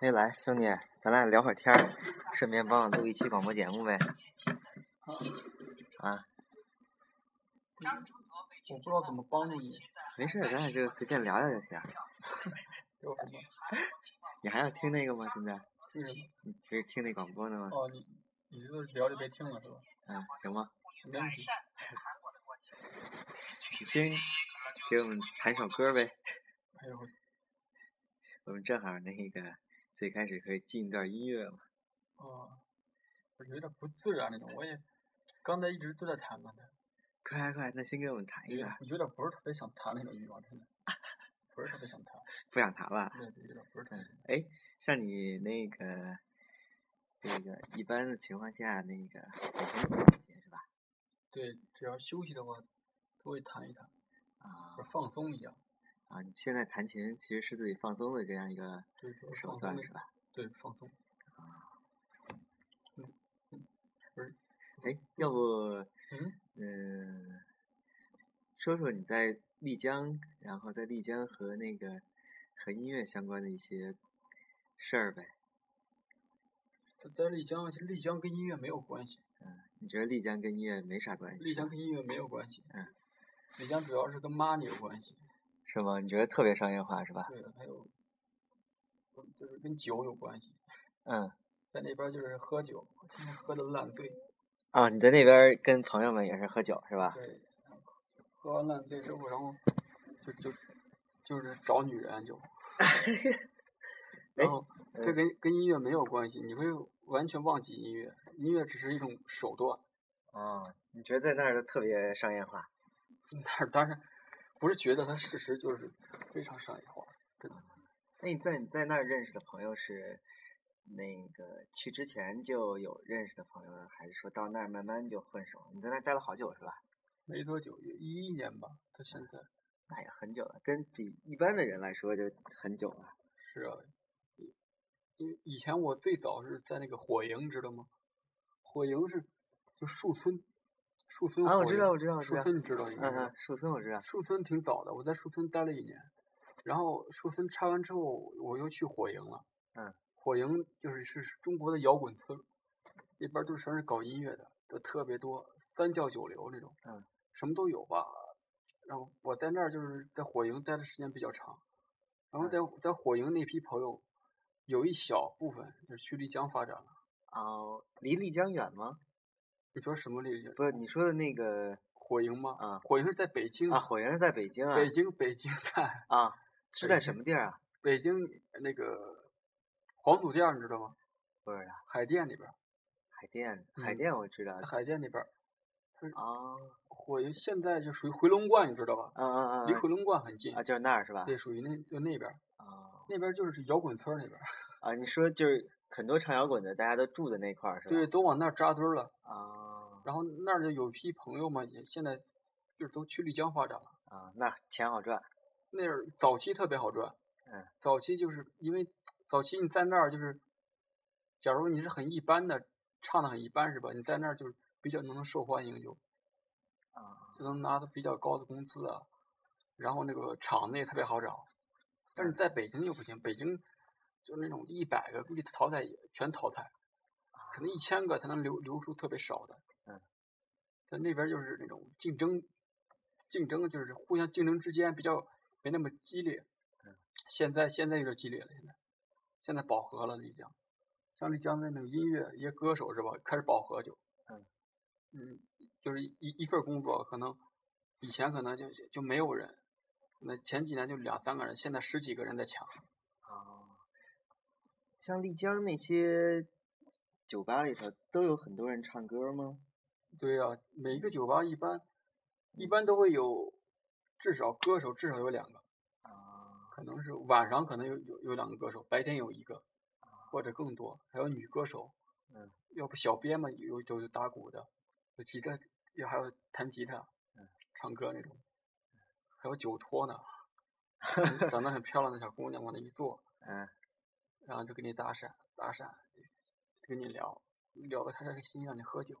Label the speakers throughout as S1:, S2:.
S1: 哎，来，兄弟，咱俩聊会儿天儿，顺便帮我录一期广播节目呗。啊，
S2: 我不知道怎么帮你，
S1: 没事儿，咱俩就随便聊聊就行。
S2: 给我什么？
S1: 你还要听那个吗？现在
S2: 听什么？
S1: 你不是听那广播呢吗？
S2: 哦，你你这聊就别听了是吧？
S1: 嗯，行吧。
S2: 没问题。
S1: 你先给我们弹首歌呗。
S2: 哎呦，
S1: 我们正好那个最开始会进一段音乐嘛。
S2: 哦，我有点不自然那种，我也刚才一直都在弹钢弹，
S1: 快快快，那先给我们弹一
S2: 有
S1: 段
S2: 点
S1: 儿，
S2: 有点不是特别想弹那种欲望，真的，不是特别想弹，
S1: 不想弹了。
S2: 对对，有点不是特别想弹。
S1: 哎，像你那个这个一般的情况下，那个每天都会弹琴是吧？
S2: 对，只要休息的话，都会弹一弹，
S1: 啊
S2: 或者放松一下，
S1: 啊，你现在弹琴其实是自己放松的这样一个
S2: 就是说
S1: 手
S2: 放松
S1: 段
S2: 那
S1: 是吧？
S2: 对，放松。
S1: 哎，要不
S2: 嗯，
S1: 嗯、说说你在丽江，然后在丽江和那个和音乐相关的一些事儿呗？
S2: 在在丽江，其实丽江跟音乐没有关系，
S1: 你觉得丽江跟音乐没啥关系？
S2: 丽江跟音乐没有关系。哎
S1: 嗯。
S2: 丽江主要是跟 money 有关系。
S1: 是吗？你觉得特别商业化是吧？
S2: 对的，还有，嗯就是跟酒有关系，
S1: 嗯。
S2: 在那边儿就是喝酒，天天喝的烂醉，
S1: 啊，你在那边儿跟朋友们也是喝酒是吧？
S2: 对，喝完烂醉之后，然后就就就是找女人就，然后这
S1: 嗯
S2: 跟跟音乐没有关系，你会完全忘记音乐，音乐只是一种手段，
S1: 啊，你觉得在那儿都特别商业化？
S2: 但是当然不是觉得它事实就是非常商业化，
S1: 那你在你在那儿认识的朋友是那个去之前就有认识的朋友呢，还是说到那儿慢慢就混熟了？你在那儿待了好久是吧？
S2: 没多久，一一年吧，到现在
S1: 那也哎很久了，跟比一般的人来说就很久了。
S2: 是啊，因为以前我最早是在那个火营，知道吗？火营是就树村，树村
S1: 啊，我
S2: 火
S1: 知
S2: 营
S1: 道，我知道，我知
S2: 树
S1: 道。
S2: 村你知道应
S1: 嗯
S2: 该是吧
S1: 嗯，树村我知道。
S2: 树村挺早的，我在树村待了一年，然后树村拆完之后，我又去火营了。
S1: 嗯，
S2: 火营就是是是中国的摇滚村，那边都是全是搞音乐的，都特别多，三教九流那种。
S1: 嗯，
S2: 什么都有吧。然后我在那儿就是在火营待的时间比较长，然
S1: 嗯
S2: 后在在火营那批朋友，有一小部分就是去丽江发展了。
S1: 哦，离丽江远吗？
S2: 你说什么丽江？
S1: 不是，你说的那个
S2: 火营吗？
S1: 啊
S2: 火营是在北京
S1: 啊，火源是在北京啊？
S2: 北京北京 在。
S1: 啊，是
S2: 北
S1: 在什么地儿啊？
S2: 北京那个黄土店，你知道吗？
S1: 不知道，
S2: 海淀那边儿，
S1: 海淀，海
S2: 嗯
S1: 淀我知道。
S2: 在海淀那边儿，
S1: 啊，
S2: 火营现在就属于回龙观，你知道吧？
S1: 嗯嗯
S2: 离
S1: 嗯
S2: 回龙观很近
S1: 嗯，啊，，就是那儿是吧？
S2: 对，属于那就那边儿，
S1: 啊
S2: 那边儿就是摇滚村儿那边儿，
S1: 啊，你说就是很多唱摇滚的，大家都住的那块儿是吧？
S2: 对，都往那儿扎堆儿了。
S1: 啊
S2: 然后那儿就有一批朋友嘛，也现在就是都去丽江发展了。
S1: 啊，那钱好赚，
S2: 那儿早期特别好赚，
S1: 嗯，
S2: 早期就是因为早期你在那儿就是，假如你是很一般的，唱的很一般是吧？你在那儿就是比较能受欢迎就。
S1: 啊
S2: 就能拿的比较高的工资啊，然后那个厂子也特别好找。但是在北京就不行，北京就是那种一百个估计淘汰也全淘汰，可能一千个才能留留出特别少的。
S1: 啊嗯，
S2: 在那边就是那种竞争，竞争就是互相竞争之间比较没那么激烈。
S1: 嗯，
S2: 现在现在有点激烈了，现在现在饱和了丽江，像丽江的那种音乐一些歌手是吧，开始饱和就。
S1: 嗯
S2: 嗯，就是一一份儿工作，可能以前可能就就没有人，那前几年就两三个人，现在十几个人在抢。
S1: 啊，像丽江那些酒吧里头都有很多人唱歌吗？
S2: 对呀、每一个酒吧一般一般都会有至少歌手至少有两个，
S1: 啊
S2: 可能是晚上可能有有有两个歌手，白天有一个或者更多，还有女歌手。
S1: 嗯，
S2: 要不小编嘛，有有有打鼓的，有吉他，也还有弹吉他，
S1: 嗯，
S2: 唱歌那种，还有酒托呢，长得很漂亮的小姑娘往那一坐，
S1: 嗯
S2: 然后就跟你搭讪，搭讪，跟你聊，聊得开开心心，让你喝酒。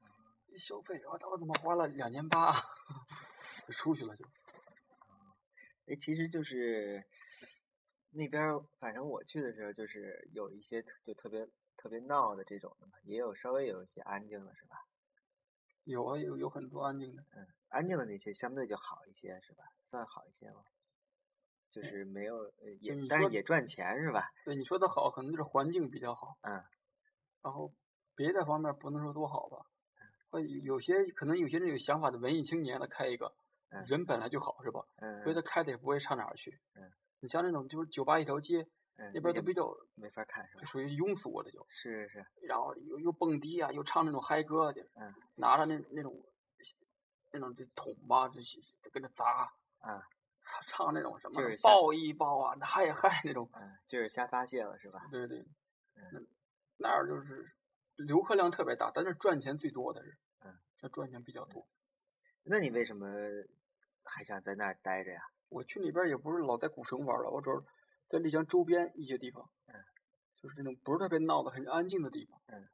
S1: 嗯
S2: 一消费，我操我怎么花了两千八，啊 就出去了就。
S1: 哎，其实就是那边儿反正我去的时候，就是有一些特就特别特别闹的这种的嘛，也有稍微有一些安静的，是吧？
S2: 有啊，有有很多安静的，
S1: 安静的那些相对就好一些，是吧？算好一些吗？就是没有，呃也
S2: 哎你
S1: 但是
S2: 说
S1: 也赚钱是吧？
S2: 对你说的好，可能就是环境比较好，
S1: 嗯，
S2: 然后别的方面不能说多好吧，
S1: 嗯
S2: 或有有些可能有些人有想法的文艺青年，他开一个
S1: 嗯，
S2: 人本来就好是吧？
S1: 嗯，
S2: 所以他开的也不会差哪儿去。
S1: 嗯，
S2: 你像那种就是酒吧一条街，
S1: 嗯
S2: 那边
S1: 就
S2: 都比较
S1: 没法看是
S2: 就
S1: 吧？
S2: 属于庸俗啊的就是
S1: 是，
S2: 然后又又蹦迪啊，又唱那种嗨歌，就是
S1: 嗯
S2: 拿着那那种那种这桶吧，这些跟着砸，
S1: 嗯
S2: 唱唱那种什么
S1: 就是像
S2: 抱一抱啊，嗨一嗨那种，
S1: 嗯，就是瞎发泄了是吧？
S2: 对对，那
S1: 嗯
S2: 那儿就是游客量特别大，但是赚钱最多的是，
S1: 嗯，
S2: 那赚钱比较多。
S1: 那你为什么还想在那儿待着呀？
S2: 我去那边儿也不是老在古城玩儿了，我主要是在丽江周边一些地方，
S1: 嗯，
S2: 就是那种不是特别闹的、很安静的地方，
S1: 嗯，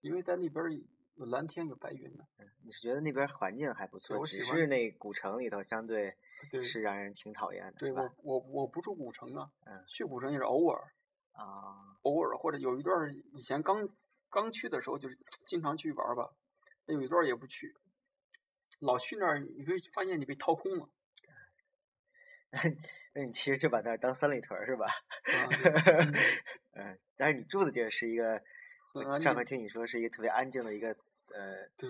S2: 因为在那边儿有蓝天有白云呢，
S1: 你是觉得那边儿环境还不错，
S2: 我
S1: 只
S2: 喜欢
S1: 是那古城里头相对
S2: 对，
S1: 是让人挺讨厌的，
S2: 嗯对
S1: 是吧？
S2: 我我我不住古城啊，
S1: 嗯
S2: 去古城也是偶尔
S1: 啊，
S2: 偶尔，或者有一段儿以前刚刚去的时候，就是经常去玩儿吧，那有一段儿也不去，老去那儿你会发现你被掏空了，
S1: 那你其实就把那儿当三里屯儿是吧？
S2: 啊对
S1: 嗯，但是你住的地儿是一个，
S2: 很
S1: 我
S2: 安
S1: 上
S2: 静
S1: 回听你说是一个特别安静的一个，呃，
S2: 对，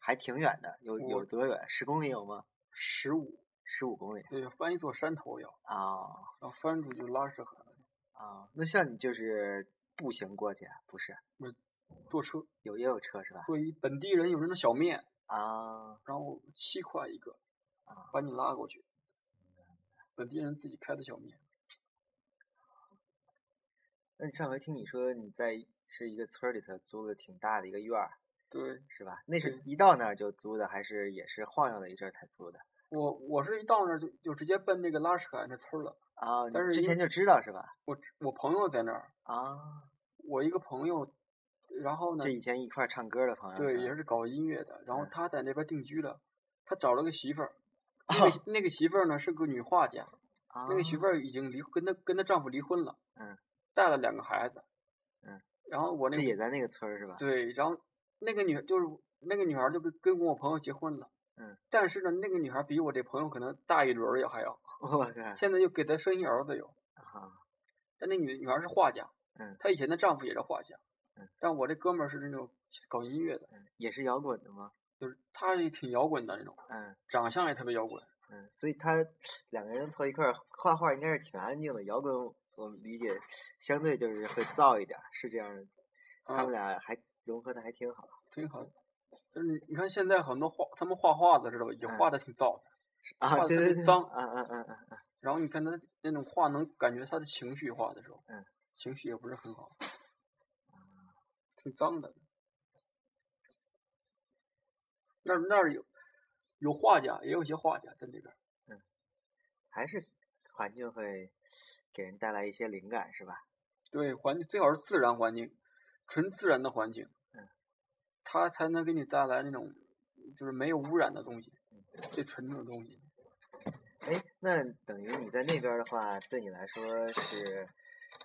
S1: 还挺远的，有有
S2: 我
S1: 多远？十公里有吗？
S2: 十五
S1: 十五公里
S2: 对翻一座山头要，
S1: 啊啊、
S2: 然后翻出就拉屎很。
S1: 那像你就是步行过去啊，不是？
S2: 坐车，
S1: 有也有车是吧？
S2: 作为本地人有人的小面，
S1: 啊
S2: 然后七块一个
S1: 啊，
S2: 把你拉过去。本地人自己开的小面，
S1: 那你上回听你说你在是一个村儿里头租了挺大的一个院儿，
S2: 对
S1: 是吧？那是
S2: 对
S1: 一到那儿就租的，还是也是晃悠了一阵儿才租的？
S2: 我我是一到那儿就就直接奔那个拉什凯那村儿了。
S1: 啊，你
S2: 但是
S1: 之
S2: 因
S1: 前就知道是吧？
S2: 我我朋友在那儿，
S1: 啊，
S2: 我一个朋友，然后呢
S1: 就，以前一块儿唱歌的朋友
S2: 对
S1: 吧
S2: 也是搞音乐的，然后
S1: 嗯
S2: 他在那边定居了，他找了个媳 妇儿，那个那个媳妇儿呢是个女画家，
S1: 啊，
S2: 那个媳妇儿已经离跟她跟她丈夫离婚了，
S1: 嗯，
S2: 带了两个孩子，
S1: 嗯，
S2: 然后我那
S1: 这
S2: 个
S1: 也在那个村儿是吧？
S2: 对，然后那个女就是那个女孩儿就跟跟我朋友结婚了，
S1: 嗯，
S2: 但是呢，那个女孩儿比我这朋友可能大一轮儿也还要，
S1: 我看
S2: 现在又给她生一儿子有，
S1: 啊，
S2: 但那女女孩儿是画家，
S1: 嗯
S2: 她以前的丈夫也是画家，
S1: 嗯，
S2: 但我这哥们儿是那种搞音乐的，
S1: 也是摇滚的吗？
S2: 就是他也挺摇滚的那种，
S1: 嗯
S2: 长相也特别摇滚，
S1: 嗯，所以他两个人凑一块儿画画，应该是挺安静的。摇滚我们理解相对就是会燥一点儿，是这样的。他们
S2: 嗯，
S1: 俩还融合的还挺好，
S2: 挺好的。就是你你看现在很多画，他们画画的知道吧，也
S1: 嗯
S2: 画的挺燥的，
S1: 啊，
S2: 画得
S1: 对
S2: 特
S1: 对
S2: 别
S1: 对，
S2: 脏
S1: 嗯嗯嗯嗯，
S2: 然后你看他那种画，能感觉他的情绪化的时候，
S1: 嗯，啊
S2: 情绪也不是很好，挺脏的。那儿那儿有有画家，也有一些画家在那边儿。
S1: 还是环境会给人带来一些灵感，是吧？
S2: 对，环境最好是自然环境，纯自然的环境，
S1: 嗯，
S2: 它才能给你带来那种就是没有污染的东西，
S1: 嗯
S2: 最纯正的东西。
S1: 哎，那等于你在那边儿的话，对你来说是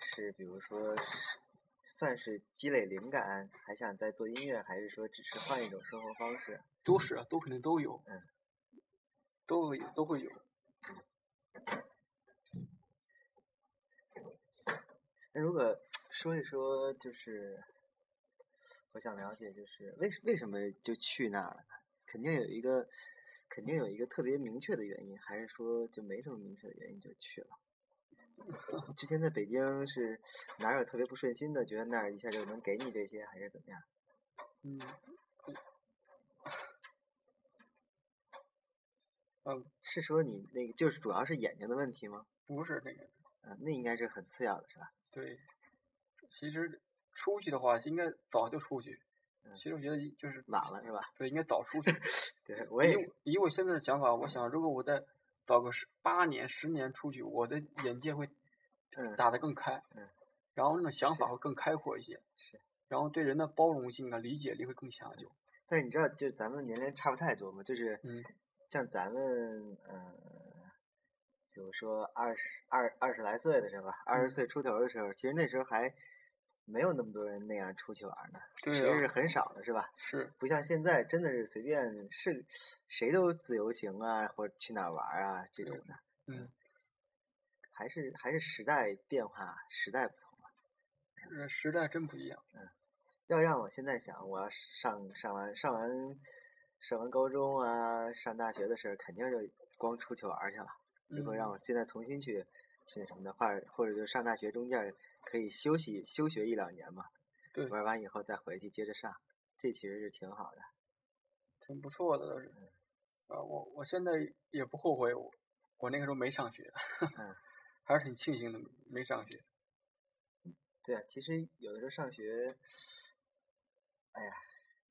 S1: 是，比如说是算是积累灵感，还想再做音乐，还是说只是换一种生活方式？
S2: 都是啊，都肯定都有，
S1: 嗯，
S2: 都会有，都会有。
S1: 那如果说一说，就是我想了解，就是为什为什么就去那儿了呢？肯定有一个，肯定有一个特别明确的原因，还是说就没什么明确的原因就去了？ 之前在北京是哪儿有特别不顺心的，觉得那儿一下就能给你这些，还是怎么样？
S2: 嗯，嗯，
S1: 是说你那个就是主要是眼睛的问题吗？
S2: 不是那个，
S1: 嗯、那应该是很次要的是吧？
S2: 对，其实出去的话应该早就出去。
S1: 嗯
S2: 其实我觉得就是
S1: 晚了是吧？
S2: 对，应该早出去。
S1: 对，我
S2: 以
S1: 也
S2: 我以我现在的想法，我想如果我再早个十八年、十年出去，我的眼界会
S1: 嗯
S2: 打得更开，
S1: 嗯
S2: 然后那种想法
S1: 是
S2: 会更开阔一些，
S1: 是，嗯
S2: 然后对人的包容性啊、理解力会更强。就
S1: 但是你知道，就咱们年龄差不太多嘛，就是
S2: 嗯
S1: 像咱们，呃，比如说二十二二十来岁的时候吧，
S2: 嗯
S1: 二十岁出头的时候，其实那时候还没有那么多人那样出去玩呢，其
S2: 对
S1: 实
S2: 啊
S1: 是很少的，是吧？
S2: 是
S1: 不像现在，真的是随便是谁都自由行啊，或者去哪儿玩儿啊这种的。
S2: 嗯，
S1: 还是还是时代变化，时代不同了。嗯
S2: 呃时代真不一样。
S1: 要让我现在想，我要上上完上完上完高中啊，上大学的时候，肯定就光出去玩儿去了。如果让
S2: 嗯
S1: 我现在重新去去那什么的，话，或者就上大学中间儿可以休息休学一两年嘛，
S2: 对
S1: 玩完以后再回去接着上，这其实是挺好的。
S2: 挺不错的，倒是。
S1: 嗯
S2: 啊，我我现在也不后悔我我那个时候没上学，
S1: 嗯
S2: 还是挺庆幸的没上学。
S1: 对啊，其实有的时候上学，哎呀，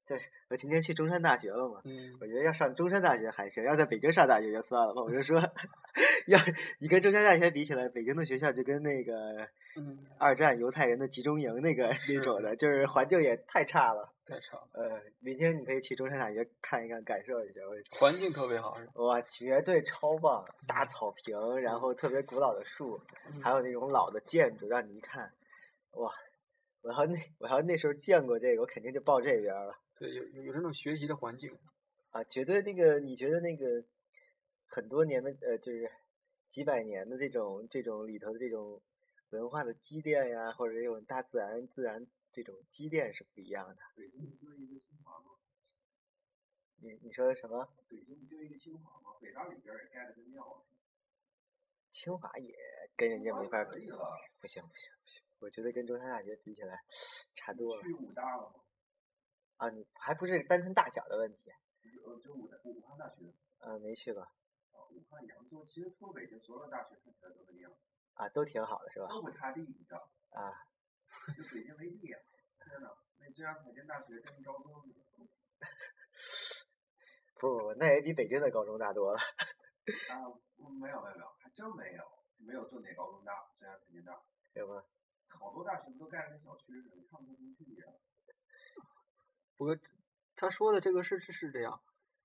S1: 这我今天去中山大学了嘛，
S2: 嗯
S1: 我觉得要上中山大学还行，要在北京上大学就算了吧。我就说， 要你跟中山大学比起来，北京的学校就跟那个
S2: 嗯，
S1: 二战犹太人的集中营那个那
S2: 是
S1: 种的，就是环境也太差了。
S2: 太差了，
S1: 呃，明天你可以去中山大学看一看，感受一下。
S2: 环嗯境特别好，是吧？
S1: 我哇，绝对超棒！大草坪，然后特别古老的树，还
S2: 嗯
S1: 有那种老的建筑，让你一看，哇！我要那我要那时候见过这个，我肯定就报这边儿了。
S2: 对，有有有这种学习的环境，
S1: 啊，觉得那个你觉得那个很多年的呃，就是几百年的这种这种里头的这种文化的积淀呀，或者这种大自然自然这种积淀是不一样的。北京不就一个清华吗？你你说的什么？北京不就一个清华吗？北大里边也盖了个
S3: 啊
S1: 庙。清华也跟人家没法比了，不行不行不行，我觉得跟中山大学比起来 差多了
S3: 去武大了吗？
S1: 啊！你还不是单纯大小的问题，
S3: 就是呃，就武大武汉大学
S1: 嗯，没去过
S3: 啊，武汉、扬州，其实ทั่北京所有的大学看起来都那个样子，
S1: 啊，都挺好的是吧？
S3: 都不差地，你知道？
S2: 哦
S1: 啊。
S3: 就北京没地啊！天呐，那浙江海淀大学跟高中似的
S1: 不不不，那也比北京的高中大多了。
S3: 啊，嗯没有没有没有，还真没有，没有重点高中大，浙江海淀大，
S1: 有吗？
S3: 好多大学不都盖了跟小区似的，你看不出什么区别啊。
S2: 不过他说的这个是是是这样，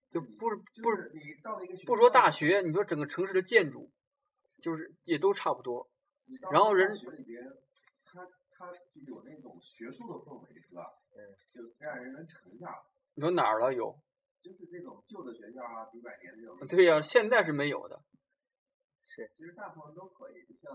S2: 就不是
S3: 嗯就
S2: 不
S3: 是你到了一个学
S2: 不说
S3: 校
S2: 大
S3: 里
S2: 学，你说整个城市的建筑，就是也都差不多。
S3: 你到
S2: 然后
S3: 那个
S2: 人
S3: 大学里边，他他就有那种学术的氛围，是吧？
S1: 嗯，
S3: 就让人能沉下来。
S2: 你说哪儿了有？嗯
S3: 就是那种旧的学校啊，几百年那种。
S2: 对呀、现在是没有的。
S1: 是
S3: 其实大部分都可以，像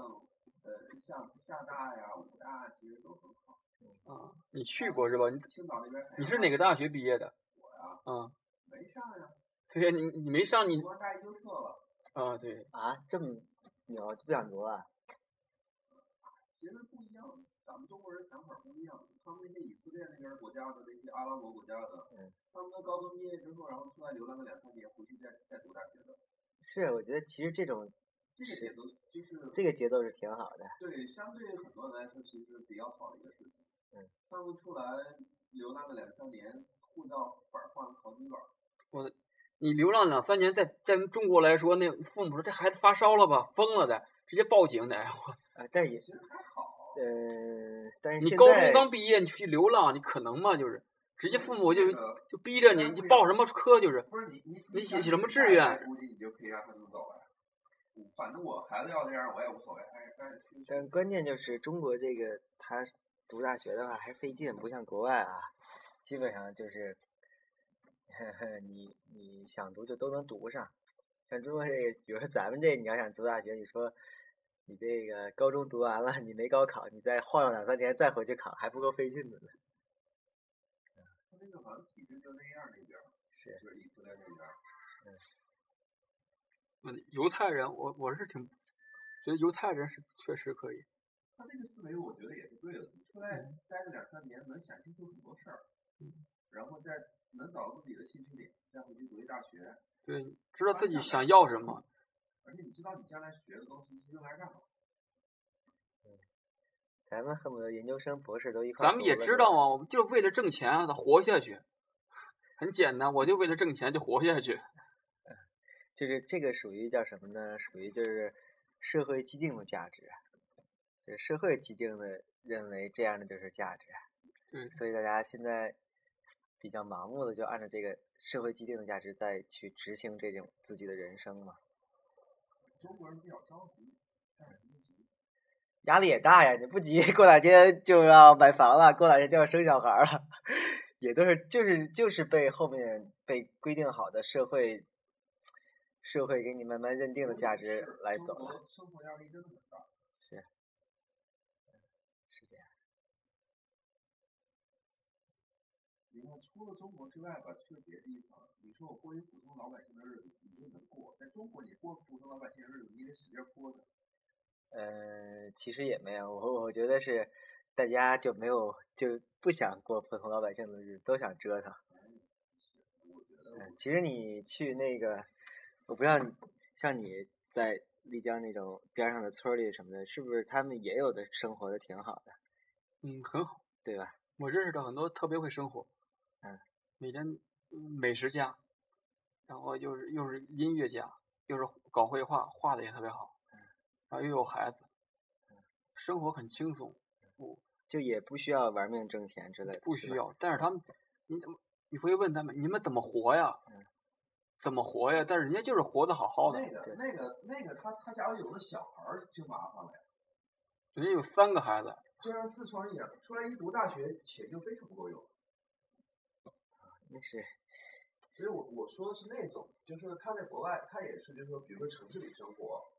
S3: 呃像厦大呀、武大，其实都很好。
S2: 啊，你去过是吧？你
S3: 青岛那边还
S2: 你
S3: 有
S2: 是哪个
S3: 大
S2: 大学毕业的？
S3: 我呀？
S2: 啊，
S3: 没上呀，
S2: 对呀、你你没上你
S3: 读完大一就撤了。
S2: 啊，对，
S1: 啊，这么牛，不想读啊？
S3: 其实不一样，咱们中国人想法不一样。他们那些以色列那边儿国家的那些阿拉伯国家的，
S1: 嗯
S3: 他们都高中毕业之后，然后出来流浪个两三年，回去再再读大学的，
S1: 是，我觉得其实这种
S3: 这个
S1: 是
S3: 也都就是
S1: 这个节奏是挺好的。
S3: 对，相对很多人来说，其实比较好的一个事情。
S1: 嗯，
S3: 他们出来流浪个两三年，护照本儿换好几本儿，
S2: 你流浪两三年，在在中国来说，那父母说这孩子发烧了吧，疯了的，直接报警
S3: 哎
S2: 的。
S1: 啊，但是也
S3: 其实还好。
S1: 呃，但是
S2: 你
S1: 现
S2: 高
S1: 在
S2: 中刚毕业，你去流浪，你可能吗？就是直接父母就
S3: 这个
S2: 就逼着啊你，你报什么科就是。
S3: 不是你你
S2: 你
S3: 想
S2: 写什么
S3: 想
S2: 志愿
S3: 估计你就可以让他们走了。嗯反正我孩子要这样，我也无所谓。哎，但是其实
S1: 但是关键就是中国这个他读大学的话还费劲，不像国外啊，基本上就是 呵呵你你想读就都能读上。像中国这个，比如说咱们这，你要想读大学，你说你这个高中读完了，你没高考，你再晃悠两三年再回去考，还不够费劲的呢。
S3: 他那个好像体制就那样，那边儿
S1: 是
S3: 就是以色列那边儿。
S2: 嗯犹太人，我我是挺觉得犹太人是确实可以。
S3: 他这个思维我觉得也是对的。你出来
S2: 嗯
S3: 待个两三年，能想清楚很多事儿，然后再能找到自己的兴趣点，再回去读一大学。
S2: 对，知道自己想要什么。
S3: 而且你知道你将来学的东西是用来干嘛？
S1: 咱们恨不得研究生、博士都一块儿
S2: 咱们
S1: 读
S2: 也
S1: 了
S2: 知
S1: 呢
S2: 道啊，我们就是为了挣钱啊，活下去，很简单，我就为了挣钱就活下去。
S1: 就是这个属于叫什么呢？属于就是社会既定的价值，啊就是社会既定的认为这样的就是价值，啊
S2: 对，
S1: 所以大家现在比较盲目的就按照这个社会既定的价值再去执行这种自己的人生嘛。
S3: 中国人比较着急，但是不急。
S1: 压力也大呀，你不急，过两天就要买房了，过两天就要生小孩儿了， 也都是就是就是被后面被规定好的社会社会给你慢慢认定的价值
S3: 是
S1: 来
S3: 中
S1: 走
S3: 国
S1: 了，
S3: 生活压力真的很大。
S1: 是是这样，
S3: 你看，除了中国之外吧，去了别的地方，你说我过一普通老百姓的日子，你就能过；在中国，你过普通老百姓的日子，你得使劲过着。
S1: 呃，其实也没有，我我觉得是大家就没有就不想过普通老百姓的日子，都想折腾。
S3: 我觉得
S1: 嗯，其实你去那个，我不知道你像你在丽江那种边儿上的村儿里什么的，是不是他们也有的生活的挺好的，
S2: 嗯，很好。
S1: 对吧？
S2: 我认识到很多特别会生活，
S1: 嗯，
S2: 每天嗯美食家，然后又是又是音乐家，又是搞绘画，画的也特别好，然后又有孩子，生活很轻松，
S1: 就也不需要玩命挣钱之类的，
S2: 不
S1: 是
S2: 需
S1: 吧。
S2: 要。但是他们，你怎么你会问他们，你们怎么活呀？怎么活呀？但是人家就是活得好好的，
S3: 那
S1: 嗯对
S3: 个、那个、那个，他他家里有了小孩儿就麻烦了呀。
S2: 人家有三个孩子，
S3: 就像四川一样，出来一读大学，钱就非常够用。
S1: 那是
S3: 所以我我说的是那种，就是他在国外，他也是，就是说，比如说城市里生活，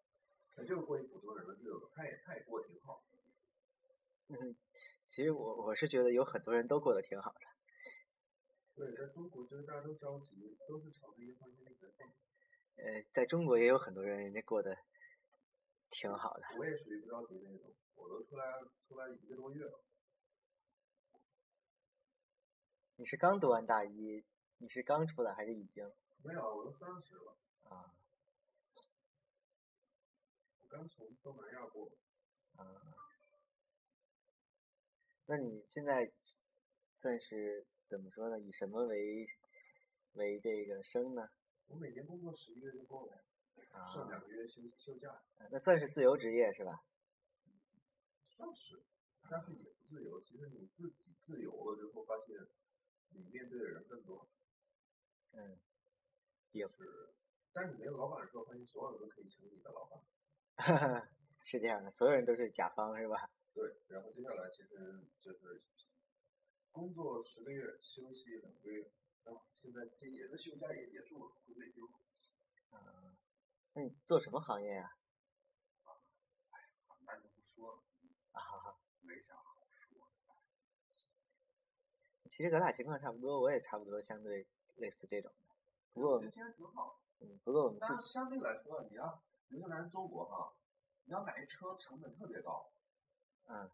S3: 他就是过一普通人的日子，他也他也过得挺好。
S1: 嗯，其实我我是觉得有很多人都过得挺好的，
S3: 对，在中国就是大家都着急，都是朝着一个方向一直干。
S1: 呃，在中国也有很多人人家过得挺好的，
S3: 我也属于不着急那种，我都出来出来一个多月了，
S1: 你是刚读完大一，你是刚出来还是已经
S3: 没有，我都三十了，
S1: 啊？
S3: 我刚从东南亚过，
S1: 那你现在算是怎么说呢？以什么为为这个生呢？
S3: 我每年工作十一个月就够了呀，
S1: 啊，
S3: 剩两个月休休假，
S1: 那算是自由职业是吧？
S3: 算是，但是也不自由。其实你自己自由了之后，发现你面对的人更多，
S1: 嗯，
S3: 就是，但是你没有老板的时候，发现所有人都可以成为你的老板。
S1: 是这样的，所有人都是甲方是吧？
S3: 对，然后接下来其实就是工作十个月，休息两个月，然后现在今年的休假也结束了，回北京。
S1: 那你做什么行业呀、
S3: 那就不说了，
S1: 啊？
S3: 没啥好说的。
S1: 其实咱俩情况差不多，我也差不多相对类似这种的。不过我
S3: 我觉
S1: 们
S3: 得，今天挺好。
S1: 嗯，不过我们就
S3: 但
S1: 是
S3: 相对来说，你要尤其咱中国哈，你要买一车成本特别高。
S1: 嗯。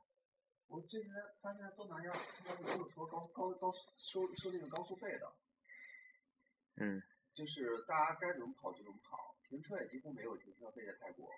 S3: 我这边发现东南亚他们都是说高高高收收那个高速费的，
S1: 嗯
S3: 就是大家该怎么跑就怎么跑，停车也几乎没有停车费在泰国。